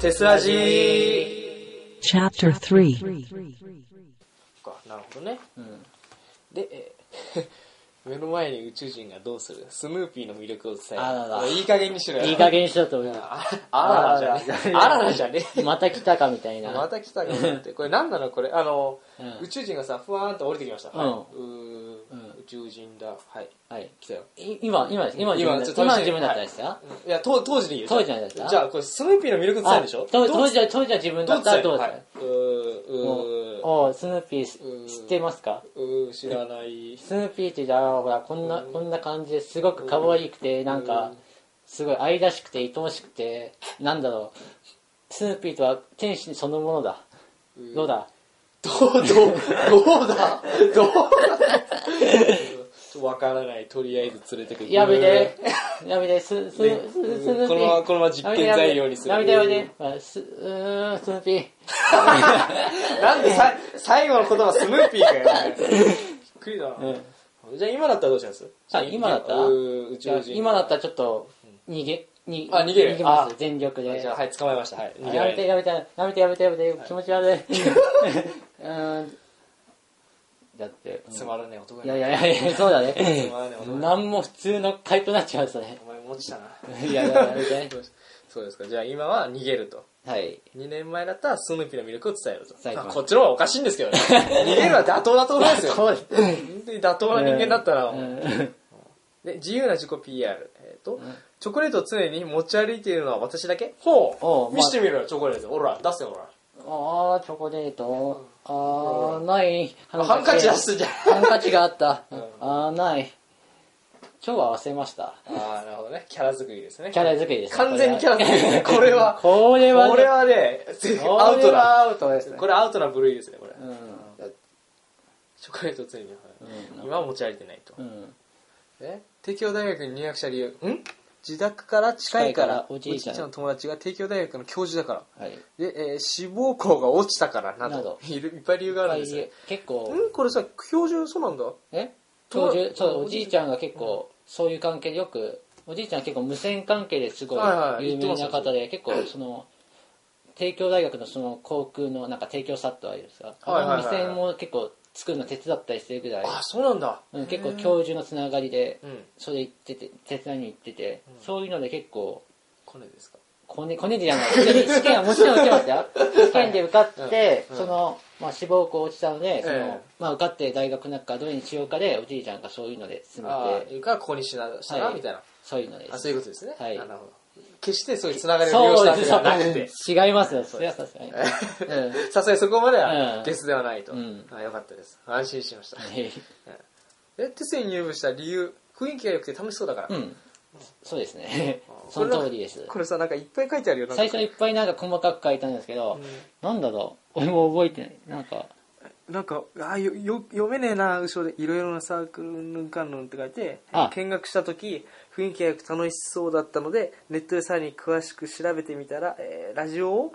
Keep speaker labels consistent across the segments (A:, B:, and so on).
A: テスラジー
B: Chapter 3
A: かなるほどね
C: うん。
A: でえ 目の前に宇宙人がどうするスヌーピーの魅力を伝える
C: あらら
A: おいいい加減にしろよ
C: いい加減にしろと思う。
A: ああららじゃねえあららじゃねえ
C: また来たかみたいな。
A: また来たかなってこれ何なのこれあの、
C: うん
A: 宇宙人がさふわーんと降りてきました、
C: うん
A: はいうー
C: うん
A: 宇宙人だはい
C: はい。
A: 来たよ
C: い今、今です。今の自
A: 今
C: 分だ
A: ちょっ
C: った
A: と
C: 今の自分だったらですよ。
A: いや当当時でいいよ
C: 当時のやつだ
A: じゃあこれスヌーピーの魅力伝えるでしょ
C: あ当
A: どう
C: 当時は、当時は自分
A: ど
C: だ
A: う
C: った
A: 伝え
C: ら
A: る
C: どう
A: は
C: だ
A: いうんうん
C: おうスヌーピーす
A: うん
C: 知ってますか
A: うー知らない
C: スヌーピーって言うとあーほらこんなこんな感じですごく可愛くてなんかすごい愛らしくて愛おしくてなんだろうスヌーピーとは天使そのものだどうだ
A: どうどうどうだどうだちょっとわからないとりあえず連れてくる
C: やめてやめてススススヌー
A: こ
C: ピー
A: のままこのまま実験材料にする
C: やめてやめてやめてあスうーんスヌーピー
A: なんでさ最後の言葉スヌーピーかよびっくりだな、じゃあ今だったらどうします
C: あ今だったら
A: うー宇宙人
C: 今だったらちょっと逃げに
A: あ逃げる
C: 逃げま
A: あ
C: す全力で
A: じゃあはい捕まえましたはい逃げ
C: や
A: ら
C: め
A: れ
C: て
A: る
C: やめてやめてやめてやめて気持 ち悪いうーんだってうん
A: つまらねえ男
C: い
A: や
C: やい
A: な
C: やいやいやそうだね
A: つまらねえ男やな
C: なんも普通の回答になっちゃうそれ
A: お前も落ちた ない
C: やいややめて
A: そうですかじゃあ今 は逃げると
C: はい
A: 2年前だったらスヌーピーの魅力を伝えると
C: 伝えてます
A: まあこっちの方がおかしいんですけど ね逃げるは妥当だと思いますよ
C: そうです
A: 本当に妥当な人間だったら、
C: うん
A: で自由な自己 PR、えーとチョコレートを常に持ち歩いているのは私だけほ
C: おう
A: う見せてみろよチョコレートほら出せよほら
C: ああチョコレートああないハ
A: ハンカチ出すじゃん
C: ハンカチがあった
A: ん
C: ああない今日は忘れました
A: ああなるほどねキャラ作りですね
C: キャラ作りです
A: 完全にキャラ作りですねこれは
C: これは
A: これはね
C: これは
A: アウトな
C: アウトですね
A: これアウトな部類ですねこれ、
C: うん
A: チョコレートを常に、今は持ち歩いてないと、
C: うん
A: え帝京大学に入学した理由ん自宅から近いから
C: 近いからおじいちゃん
A: おの友達が帝京大学の教授だから
C: はい
A: で、えー死亡校が落ちたからなど
C: など
A: いるいっぱい理由があるんですよ、
C: 結構
A: んこれさ教授そうなんだ
C: え教授そうおじいちゃんが結構そういう関係でよくおじいちゃんは結構無線関係ですご
A: はいはいい
C: 有名な
A: 言って
C: 方で結構その帝京大学のその航空のなんか帝京サットあるんですか
A: はいはい
C: あ
A: はい
C: の無線も結構作るの手伝ったりしてるぐらい
A: あそうなんだ
C: うん結構教授のつながりで
A: うん
C: それ行ってて手伝いに行っててそういうので結構
A: コネですか
C: コネ、コネでじ ゃない。試験試験はもちろん受けましたよ。試験で受かって、
A: うん
C: その、まあ、志望校落ちたので、その、
A: ええ
C: まあ、受かって大学なんかどれにしようかで、おじいちゃんがそういうので進
A: あ
C: め
A: あ
C: て、
A: いうかここにしなしたら、
C: はい
A: みたいな
C: そういうので
A: あそういうことですね、
C: はい
A: あなるほど決してそういうつながりを利用し
C: そ
A: た
C: う
A: わ
C: で
A: け
C: す
A: ではなくて
C: そう違いますよ、それはさすがに。うん。
A: さすがにそこまで
C: う
A: は
C: ん
A: ゲスではないと、
C: うん
A: あよかったです安心しました、
C: はい
A: でテスに入部した理由雰囲気が良くて楽しそうだから、
C: うん。そうですね
A: あ。ー
C: その通りです。
A: これさなんかいっぱい書いてあるよなんか
C: 最初いっぱいなんか細かく書いたんですけど、なんだろう。俺も覚えてない。なんか、
A: なんかあよよ読めねえな後ろでいろいろなサークルの観論って書いて
C: あ
A: 見学した時雰囲気がよく楽しそうだったのでネットでさらに詳しく調べてみたら、えーラジオを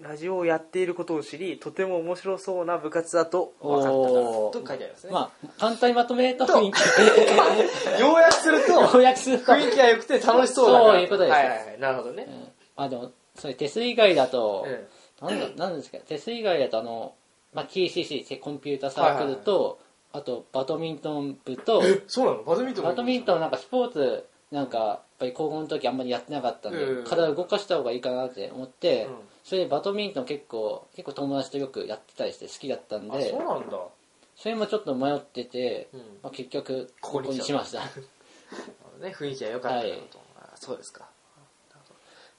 A: ラジオをやっていることを知りとても面白そうな部活だと分か
C: お
A: った
C: ー
A: と書いてありますね、
C: まあ、簡単にまとめると雰囲気、
A: 要約する と
C: 翻訳すると、
A: 雰囲気が良くて楽しそうだから
C: そういうことです
A: はいはいはいなるほどね、
C: あでもそれテス以外だと、
A: え
C: なんだ なんですかテス以外だとあの、まあ、TCC ってコンピュータサークルと、あとバドミントン部と
A: えそうなのバドミントン
C: バドミントンなんかスポーツなんかやっぱり高校の時あんまりやってなかったんで、
A: うん
C: 体を動かした方がいいかなって思って、
A: うん
C: それでバドミントン結構結構友達とよくやってたりして好きだったん
A: あ
C: で
A: そうなんだ
C: それもちょっと迷ってて、
A: うん
C: まあ、結局
A: ここ
C: こ
A: に
C: こにしました
A: ね、雰囲気が良かったなと、
C: はい
A: あそうですかなるほ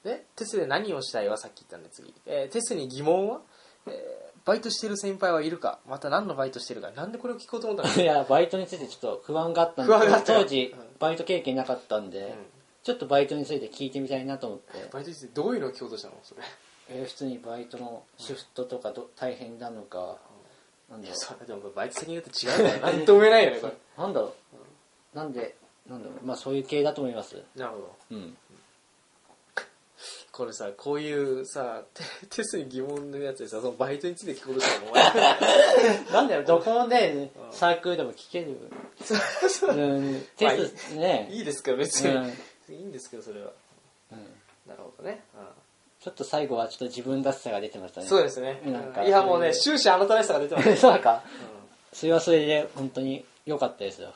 A: どでテスで何をしたいはさっき言ったんで次、えーテスに疑問は、えーバイトしてる先輩はいるかまた何のバイトしてるかなんでこれを聞こうと思ったの
C: いやバイトについてちょっと不安があったんで
A: 不安があった
C: 当時
A: うん
C: バイト経験なかったんで、ちょっとバイトについて聞いてみたいなと思って、
A: バイトしてどういうのを聞こうとしたのそれ
C: えー普通にバイトのシフトとかど大変なのか、なん
A: い
C: だ
A: や
C: ろ
A: それでもこれバイト先によって違うから何とも言えないよねこれ
C: う、なんだろう、なんで、なんだろう、まあそういう系だと思います。
A: なるほど
C: うん。
A: これさこういうさ テテスに疑問のやつでさそのバイトについて聞こうとしたのお前
C: なんだよ、どこもね、サークルでも聞ける。
A: そうそう
C: うん、テスト、ね、
A: いいですか別に、
C: うん
A: いいんですけどそれは、
C: うん
A: なるほどね、うん
C: ちょっと最後はちょっと自分らしさが出てましたね。
A: そうですね
C: なんか
A: いやもうね終始あなたらしさが出て ます、
C: す。そうか。それはそれで本当に良かったですよ。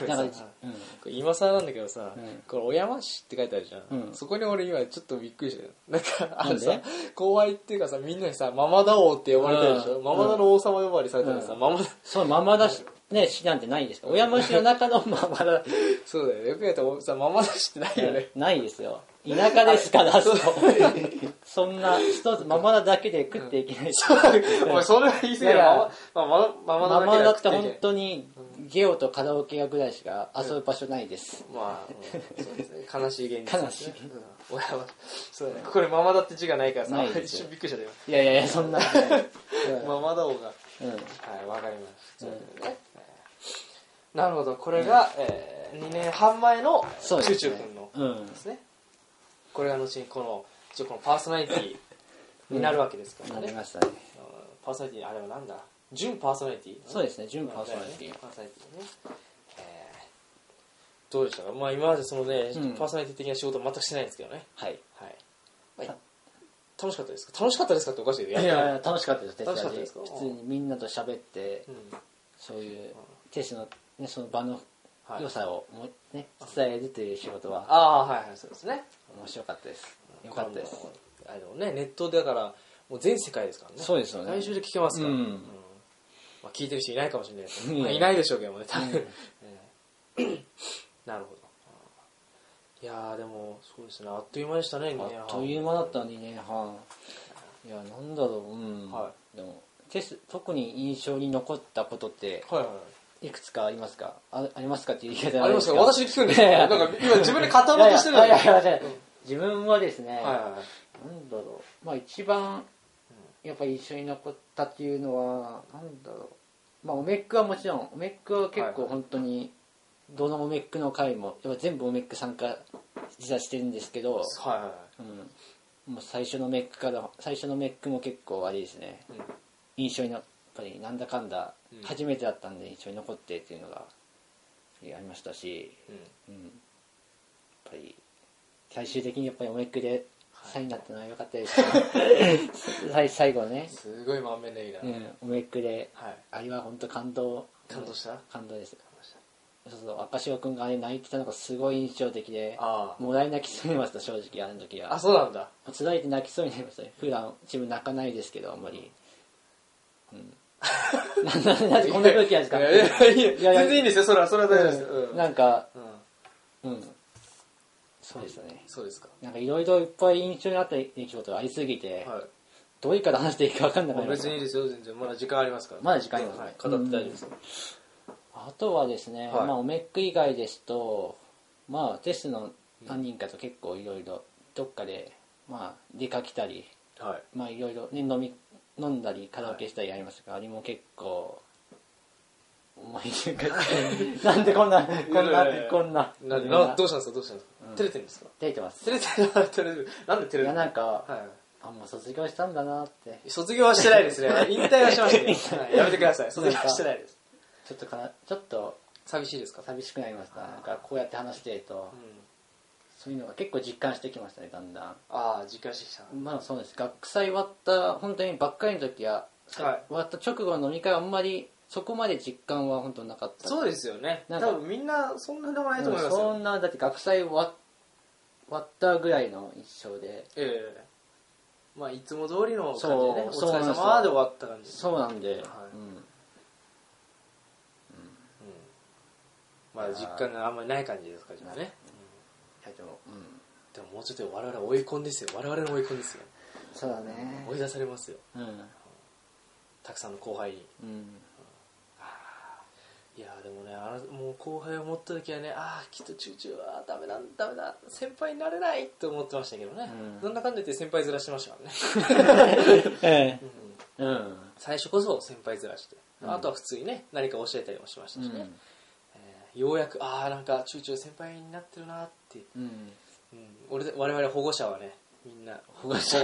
A: うん、
C: な
A: なんん
C: か
A: か、
C: うん
A: これ今更なんだけどさ、
C: うん
A: これ小山市って書いてあるじゃん、
C: うん
A: そこに俺今ちょっとびっくりしたよなんかあの
C: な
A: さ
C: んで
A: 後輩っていうかさみんなにさママダ王って呼ばれてるでしょ、
C: うん
A: ママダの王様呼ばわりされてるさ、
C: うん
A: ママダ
C: そう、ままだし、ね、死なんてないんですか親虫の中のままだ、
A: そうだよよくやったらさママダ市ってないよね、
C: ないですよ。田舎ですから、そうそんな、一つ、ままだだけで食っていけない。
A: お前それは言い過ぎ
C: い
A: だ
C: や
A: よマママママ
C: ま
A: マ
C: ま
A: ダ
C: だ
A: だ
C: っ
A: け
C: て
A: じゃなく
C: 本
A: て
C: 当に、ゲオとカラオケ屋ぐらいしか遊ぶ場所ないです。
A: まあ、うんそうですね、悲しい現実ですね
C: 悲しい現
A: うん、親はそうだねこれママダって字がないからさ
C: ないですよ
A: 一瞬びっくりしたよ
C: いやいやいや、そんなことない。うん
A: ママダ王が
C: うん
A: はい、わかります。そうだよね。なるほど、これが、えー、2年半前のチュ
C: そう
A: ー
C: です
A: チュ
C: ね
A: ー君の
C: うん
A: ですね。これが後にこの、一応このパーソナリティになるわけですから
C: な
A: ね。
C: りましたね。
A: あのパーソナリティ、あれはなんだ準パーソナリティ
C: そう
A: で
C: ですね、準パーソナリティ。
A: パーソナリティね。えーどうでしたかまあ今までそのね、
C: うん
A: パーソナリティ的な仕事は全くしてないんですけどね。
C: はい。
A: はい。まあ楽しかったですか楽しかったですかっておかしいけ
C: い
A: ど
C: やいや、楽しかったです、
A: 楽しかった
C: に
A: ですか
C: 普通にみんなと喋って
A: う、ん
C: そういう、テスの、ね、その場の
A: はい
C: 良さをも、ね、伝えるという仕事は、
A: ああ、はいはい、そうですね。
C: 面白かったです。よかったです。
A: あのねネットでだからもう全世界ですからね
C: そうですよね
A: 来週で聞けますから、
C: うん
A: まあ、聞いてる人いないかもしれないけど、
C: うん
A: まあ、いないでしょうけどもね多分、ええなるほどいやーでもそうですねあっという間でしたね
C: あっという間だった2年半。いや、なんだろう、うん。
A: は
C: でも、テス、特に印象に残ったことって、
A: はいはい
C: いくつかありますかあありますかっていう言い方
A: ありますか私に聞くんです
C: いや
A: か
C: いや
A: なんか今自分で固まってしてるん
C: いや
A: で
C: い
A: すよ
C: やいやいや自分はですね、
A: はいはいはい
C: なんだろうまあ一番やっぱ印象に残ったっていうのはなんだろうまあおめっくはもちろんおめっくは結
A: は
C: 構
A: い
C: 本当にどのおめっくの回もやっぱ全部おめっく参加実はしてるんですけど、
A: はいはいはい
C: うん、もう最初のめっくから最初のめっくも結構あれですね
A: うん
C: 印象になやっぱりなんだかんだ
A: うん
C: 初めてだったんで印象に残ってっていうのがえーありましたし
A: うん
C: うんやっぱり最終的にやっぱりおめっくで3位になったのは良かっ たですね最最後ね、
A: すごい満面の笑みだ、
C: うん、おめっくで
A: はい
C: あれは本当感動
A: 感動した
C: 感動ですそうそう赤潮君があれ泣いてたのがすごい印象的で
A: ああ
C: もらい泣きそうになりました正直あの時は
A: あそうなんだ
C: 辛いって泣きそうになりま したね普段自分泣かないですけどあんまりうんなななこんな空気なんですか
A: いやいやいや
C: いやいや
A: 全然いいんですよそれはそれは大丈夫です、
C: うん
A: うん
C: なんか
A: うん
C: うんそうでしたね
A: そうですか。
C: なんかいろいろいっぱい印象になった出来事がありすぎて、
A: はい。
C: どういうから話していいか分かんなく
A: ま
C: な
A: あ
C: りまし
A: 別
C: た
A: にいいですよ、全然。まだ時間ありますから。
C: まだ時間ありますね
A: はい語って大丈夫ですよ。
C: あとはですね、
A: はい
C: まあ、おめっく以外ですと、まあ、テスの何人かと結構いろいろどっかで、まあ、出かけたり、
A: はい。
C: まあ、いろいろ、ね、飲み飲んだりカラオケしたりありましたが、あれも結構思い出が なんでこんなこん
A: いや
C: ない
A: やいや
C: こんな
A: な
C: こん
A: などうしたんですかどうしたんですか照れてるんですか
C: 出てます
A: 照れてる照れてる。なんで照
C: い
A: れて
C: や
A: る
C: なんか、
A: は
C: あもう卒業したんだなって
A: い。卒業はしてないです ね。引退はしましたね。はいやめてください。卒業はしてないです。
C: ちょっとかなちょっと
A: 寂しいですか
C: 寂しくなりましたなんかこうやって話してると、
A: うん。
C: そういうのが結構実感してきましたねだんだ
A: ああ、実感してきた。
C: んまあそうです学祭終わった本当にばっかりの時は、
A: はい
C: 終わった直後の飲み会はあんまりそこまで実感は本当なかった
A: そうですよね。
C: な
A: 多
C: んか
A: 分みんなそんなでもないと思い
C: うん
A: ます
C: そ
A: よ。
C: んなだって学祭終わ終わったぐらいの印象で
A: ええ。まあ、いつも通りの感じでね、お
C: そうそう
A: 疲れ様で終わった感じ。
C: そうなんで、
A: まあ、実感があんまりない感じですか、じゃあね。
C: うん、でもうん
A: でももうちょっと我々追い込んですよ。我々の追い込んですよ。
C: そうだね
A: 追い出されますよ。
C: うん
A: たくさんの後輩に。
C: うん
A: いやーでもね、あのもう後輩を持った時はね、ああ、きっとチューチューはダメだ、ダメだ、先輩になれないと思ってましたけどね。
C: うん
A: そんな感じで先輩ずらしてましたからね。
C: ええうん
A: 最初こそ先輩ずらして。あとは普通にね、何か教えたりもしましたしね。えーようやく、ああ、なんかチューチュー先輩になってるなって。
C: うん
A: うん、俺で我々保護者はね、みんな保護者。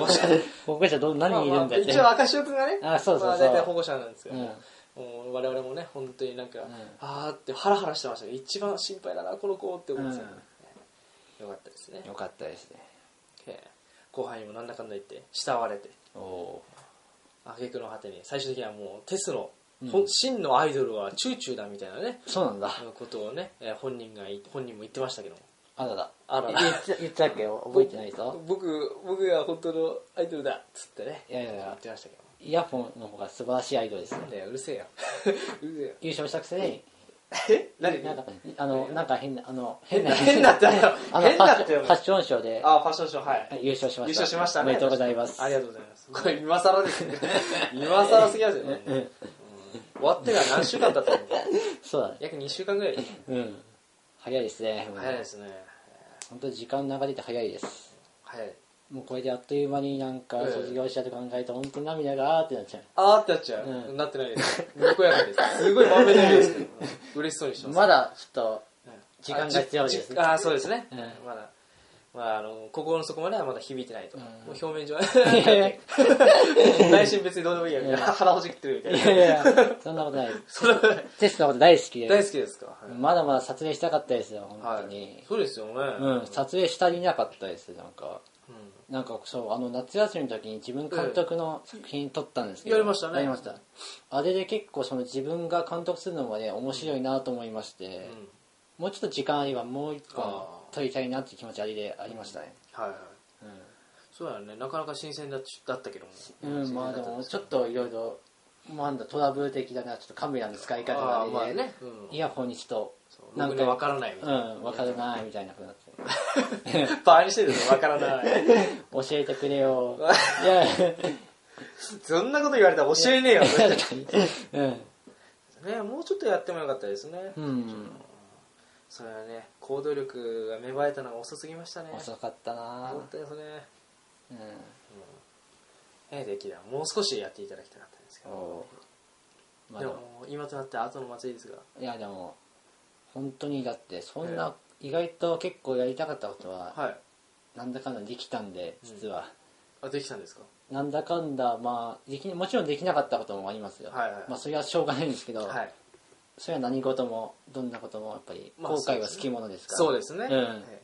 C: 保護者どう 何
A: まあ
C: 人いるん
A: ま
C: だ
A: あ、
C: って、
A: 一応赤潮君がね、
C: あそうそ
A: ま
C: うそう
A: あ、大体保護者なんですけど、
C: うん
A: もう我々もね本当になんか、
C: ん
A: あーってハラハラしてましたね一番心配だなこの子って思ってたよね、よかったですね
C: よかったですね
A: ええ後輩にもなんだかんだ言って慕われて
C: お
A: 挙句の果てに最終的にはもうテスの、
C: うん
A: ほん真のアイドルはチューチューだみたいなね
C: ーそうなんだ
A: あのことをね、えー本人がい本人も言ってましたけども
C: あらら
A: あらら
C: 言って言ってたっけ覚えてないぞ
A: 僕僕が本当のアイドルだっつってね
C: いやいやい
A: 言っ
C: や
A: てましたけども
C: イヤホンの方が素晴らしいアイドルですよ
A: なんだようるせえよ うるせえ よ
C: 優勝したくせに
A: え何
C: なんかあのなんか変なあの
A: 変な変なってあれよ
C: あの
A: 変なって
C: フ
A: よ
C: ァッションファッションショーで
A: あファッションショーはい
C: 優勝し
A: 優
C: ました
A: 勝しましたね
C: おめでとうございます
A: ありがとうございますこれ今更です ね今更すぎますよね、うん終わってから何週間だったの
C: そうだね
A: 約2週間ぐらい
C: うん早いですね
A: 早いですね
C: 本当時間流れて早いです
A: 早い
C: もうこれであっという間になんか
A: うん
C: 卒業したと考えたら本当涙があーってなっちゃう
A: あーってなっちゃう、
C: うん
A: なってないですにこやかですすごいまめなり ですけど嬉しそうにしてます
C: まだちょっ
A: うん
C: 時間が必要です
A: あじじあーそうですね、
C: うん
A: まだまああの心の底まではまだ響いてないと、
C: ん
A: もう表面上は
C: やいや
A: 内心別にどうでもいいやみたいな腹ほじくってるみた
C: と
A: い
C: い
A: な
C: やいやいやそんなことない
A: それはない
C: テストのこと大好きで
A: 大好きですか、はい
C: まだまだ撮影したかったですよ本当
A: はい
C: に、
A: そうですよね、
C: うん撮影したりなかったですなんかなんかそうあの夏休みの時に自分監督の作品撮ったんですけど、
A: やりましたね
C: やりましたあれで結構その自分が監督するのもね面白いなと思いまして、
A: うん
C: もうちょっと時間あればもう一本
A: あー
C: 撮りたいなっていう気持ちありでありましたね
A: はいはい
C: うん、
A: そうやねなかなか新鮮だっちだったけども
C: うんまあでもちょっといろいろまあなんだトラブル的だなちょっとカメラの使い方が
A: あーまあ
C: ね
A: ね、うん、
C: イヤホンにちょっと
A: な
C: なんん
A: か
C: か
A: わからないみたいな、
C: うん分からないみたいなふうになって
A: バーにしてるのわからない
C: 教えてくれよいや
A: そんなこと言われたら教えねえよね
C: 確かにうん
A: もうちょっとやってもよかったですね、
C: うん
A: それはね行動力が芽生えたのが遅すぎましたね
C: 遅かったな
A: 本当ですね
C: うん
A: ええできればもう少しやっていただきたかったんですけど、
C: おまあ
A: で
C: で
A: も
C: も
A: もう今となっては後の祭りですが
C: いやでも本当にだってそんな意外と結構やりたかったことは
A: はい
C: なんだかんだできたんで実は、
A: あできたんですか
C: なんだかんだまあできもちろんできなかったこともありますよ、
A: はいはい
C: まあそれはしょうがないんですけど、
A: はい
C: それは何事もどんなこともやっぱり
A: まあ
C: 後悔はつきものですから、
A: そうですね、
C: うん
A: え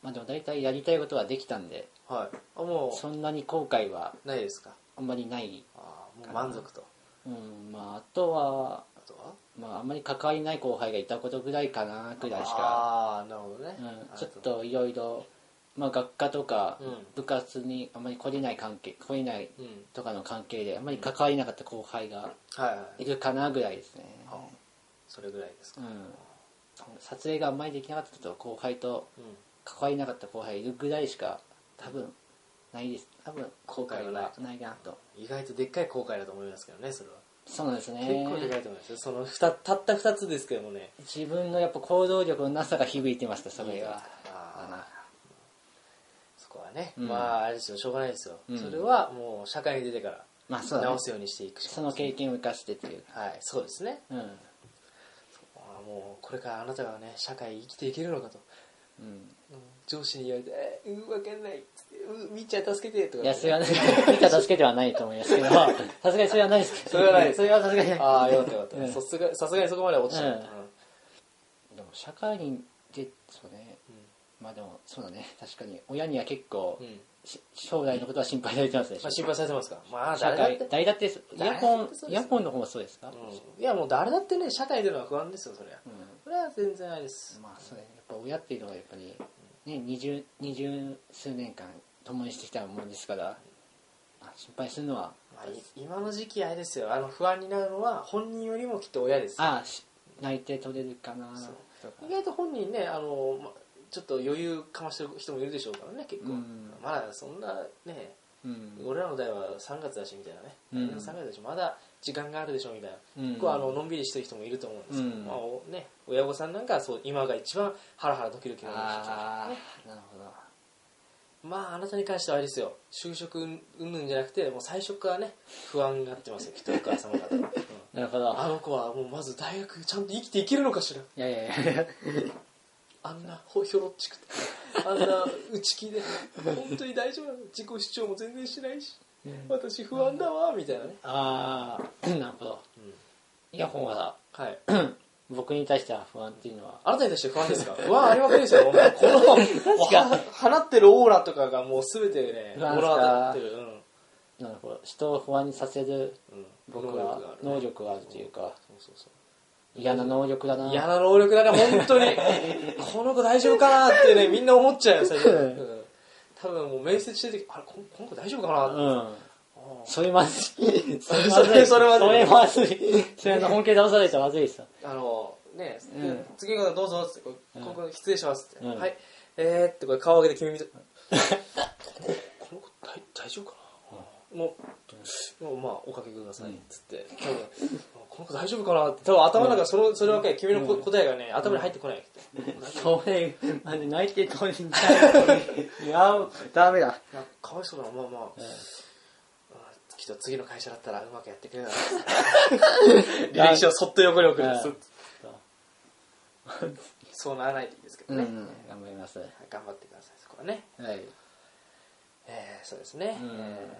C: まあでも大体やりたいことはできたんで
A: えはいあも
C: そんなに後悔は
A: うないですか
C: あんまりない、
A: ああもう満足と
C: うん、まああとは
A: あとは
C: まあ、あんまり関わりない後輩がいたことぐらいかなぐらいしか、
A: ああなるほどね、
C: うん、
A: あ
C: ちょっといろいろ、まあ、学科とか
A: うん
C: 部活にあんまり来れない関係来れない
A: うん
C: とかの関係であんまり関わりなかった後輩が
A: はいはい
C: いるかなぐらいですね、
A: あそれぐらいですか
C: うん、撮影があんまりできなかったと後輩と
A: うん
C: 関わりなかった後輩いるぐらいしか多分ないです多分後悔
A: 後悔は
C: はないなと
A: 意外とでっかい後悔だと思いますけどねそれは
C: そうなんですね
A: 結構でかいと思いますよそのふたたった2つですけどもね
C: 自分のやっぱ行動力のなさが響いてましたそれは
A: あーそこはね、
C: うん
A: まああれですよしょうがないですよ、
C: うん
A: それはもう社会に出てから
C: まあそうだね
A: 直すようにしていくしか
C: その経験を生かしてっていう
A: はいそうですね
C: うん、
A: あーもうこれからあなたがね社会生きていけるのかと、
C: う
A: うん上司に言われて「えー、うん分かんない」つってうんみっちゃん助けて」とか
C: ん、いやそれはね見た助けではないと思いますけ どさすがにそれはないですけど
A: それはない
C: それはさすがにない
A: ああよかったよかった、
C: うん
A: さすがさすがにそこまでは落ちた、
C: うんでも社会に出てそうねまあでもそうだね確かに親には結構、
A: うんうん
C: し将来のことは心配されてますね、
A: まあ、心配されてますからまあ
C: 社
A: 誰だって
C: 会誰だってそうイヤ
A: 誰だ
C: ホ
A: っ
C: ン
A: てそうですよ
C: イヤホンの方もそうですか、
A: うんいやもう誰だってね社会出るのは不安ですよそりゃ、
C: う
A: それは全然ないです、
C: んまあそれやっぱ親っていうのはやっぱりね二十二十数年間共にしてきたもんですからあ心配するのは
A: まあ、い今の時期あれですよあの不安になるのは本人よりもきっと親ですよ
C: ああし泣いて取れるかな
A: そう
C: とか
A: 意外と本人ねあの、ま、ちょっと余裕かましてる人もいるでしょうからね結構、
C: うん
A: まだそんなね
C: うん
A: 俺らの代は3月だしみたいなね、
C: うん
A: 来年3月だしまだ時間があるでしょうみたいな、
C: うん
A: 結構あののんびりしてる人もいると思うんですけど、
C: うん
A: まあおね、親御さんなんかはそう今が一番ハラハラドキドキの時期
C: ああなるほど
A: まああなたに関してはあれですよ就職うんぬんじゃなくてもう最初からね不安がってますよきっとお母様 方、うん
C: なるほ
A: あ
C: ど
A: の子はもうまず大学ちゃんと生きていけるのかしら
C: いやいやいや
A: あんなほひょろっちくてあんな内気で本当に大丈夫なの自己主張も全然しないし私不安だわみたいなね、
C: ああなるほど
A: うん
C: イヤホンは
A: はい
C: 僕に対しては不安っていうのは
A: あなたに対して不安ですか不安ありまくりですよ。もうこの、放ってるオーラとかがもうすべてね、
C: 不安ですか
A: 物語ってる。うん
C: なんかこう人を不安にさせる
A: うん
C: 僕は
A: 能
C: 能
A: 力
C: 力があるというか
A: そうそうそう
C: 嫌な能力だな
A: 嫌な能力だね、本当 に。この子大丈夫かなってね、みんな思っちゃうよ、最初。
C: うん
A: うん多分もう面接してる時、あれ、ここの子大丈夫かなって。
C: うん
A: あ
C: それまずいそれ
A: それそれまずい
C: それまずい それあの本気で騙されたらまずいですよ
A: あの、ね、
C: うん
A: 次の子どうぞって、こうここ失礼しますって。
C: うん
A: はい。えーってこれ顔上げて 君見て。この子この子大大丈夫かなもう、もうまあ、おかけくださいっつって。多分この子大丈夫かなって。多分頭の中でその、それはね、君のこ答えがね、頭に入ってこない。
C: それまで泣いてとんじゃいいやダメだ
A: いやかわいそうだなまあまあ、
C: ん
A: あきっと次の会社だったらうまくやってくれるな履歴書をそっと横に送る、
C: うん
A: そっとそうならないといいですけど
C: うん
A: ね、
C: 頑張りますは
A: 頑張ってくださいそこはね、
C: い
A: えーそうですね、
C: うん
A: え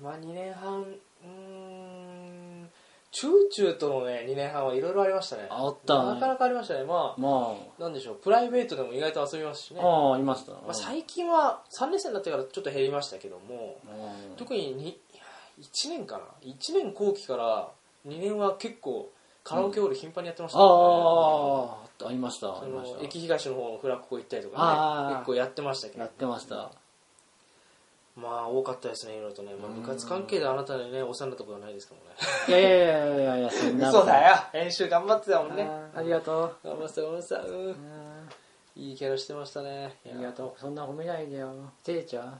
A: ーまあ2年半うーんチューチューとのね2年半はいろいろありましたね
C: ああったね
A: なかなかありましたねまあ
C: ま
A: なんでしょうプライベートでも意外と遊びますしね
C: あああいました
A: まあ、最近は3年生になってからちょっと減りましたけども、
C: うん
A: 特にに1年かな1年後期から2年は結構カラオケホール頻繁にやってました
C: ああありましたあ
A: そ
C: りまし
A: の
C: た
A: 駅東の方のフラッグ行ったりとか
C: あ
A: ね
C: ー
A: 結構やってましたけ
C: や
A: ど
C: ってました
A: まあ多かったですねいろいろとね、まあ、
C: うん
A: 部活関係であなたにねお世話になったことはないですけどもね
C: いやいやいやいやいやそんな
A: 嘘だよ練習頑張ってたもんね
C: あーありがとう
A: 頑張ってた頑張ってたう
C: うんん
A: いいキャラしてましたね
C: ありがとうそんな褒めないでよていちゃん
A: う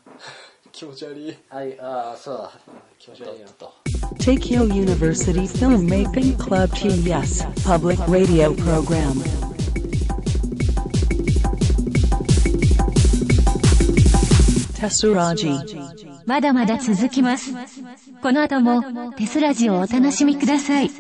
A: 気持ち悪い
C: はいああそうだ
A: 気持ち
C: ちょ
A: 悪
C: っ
A: いな
C: と
B: Tokyo University Filmmaking Club TES Public Radio Program. Tesuraji.
D: まだまだ続きます。この後もテスラジをお楽しみください。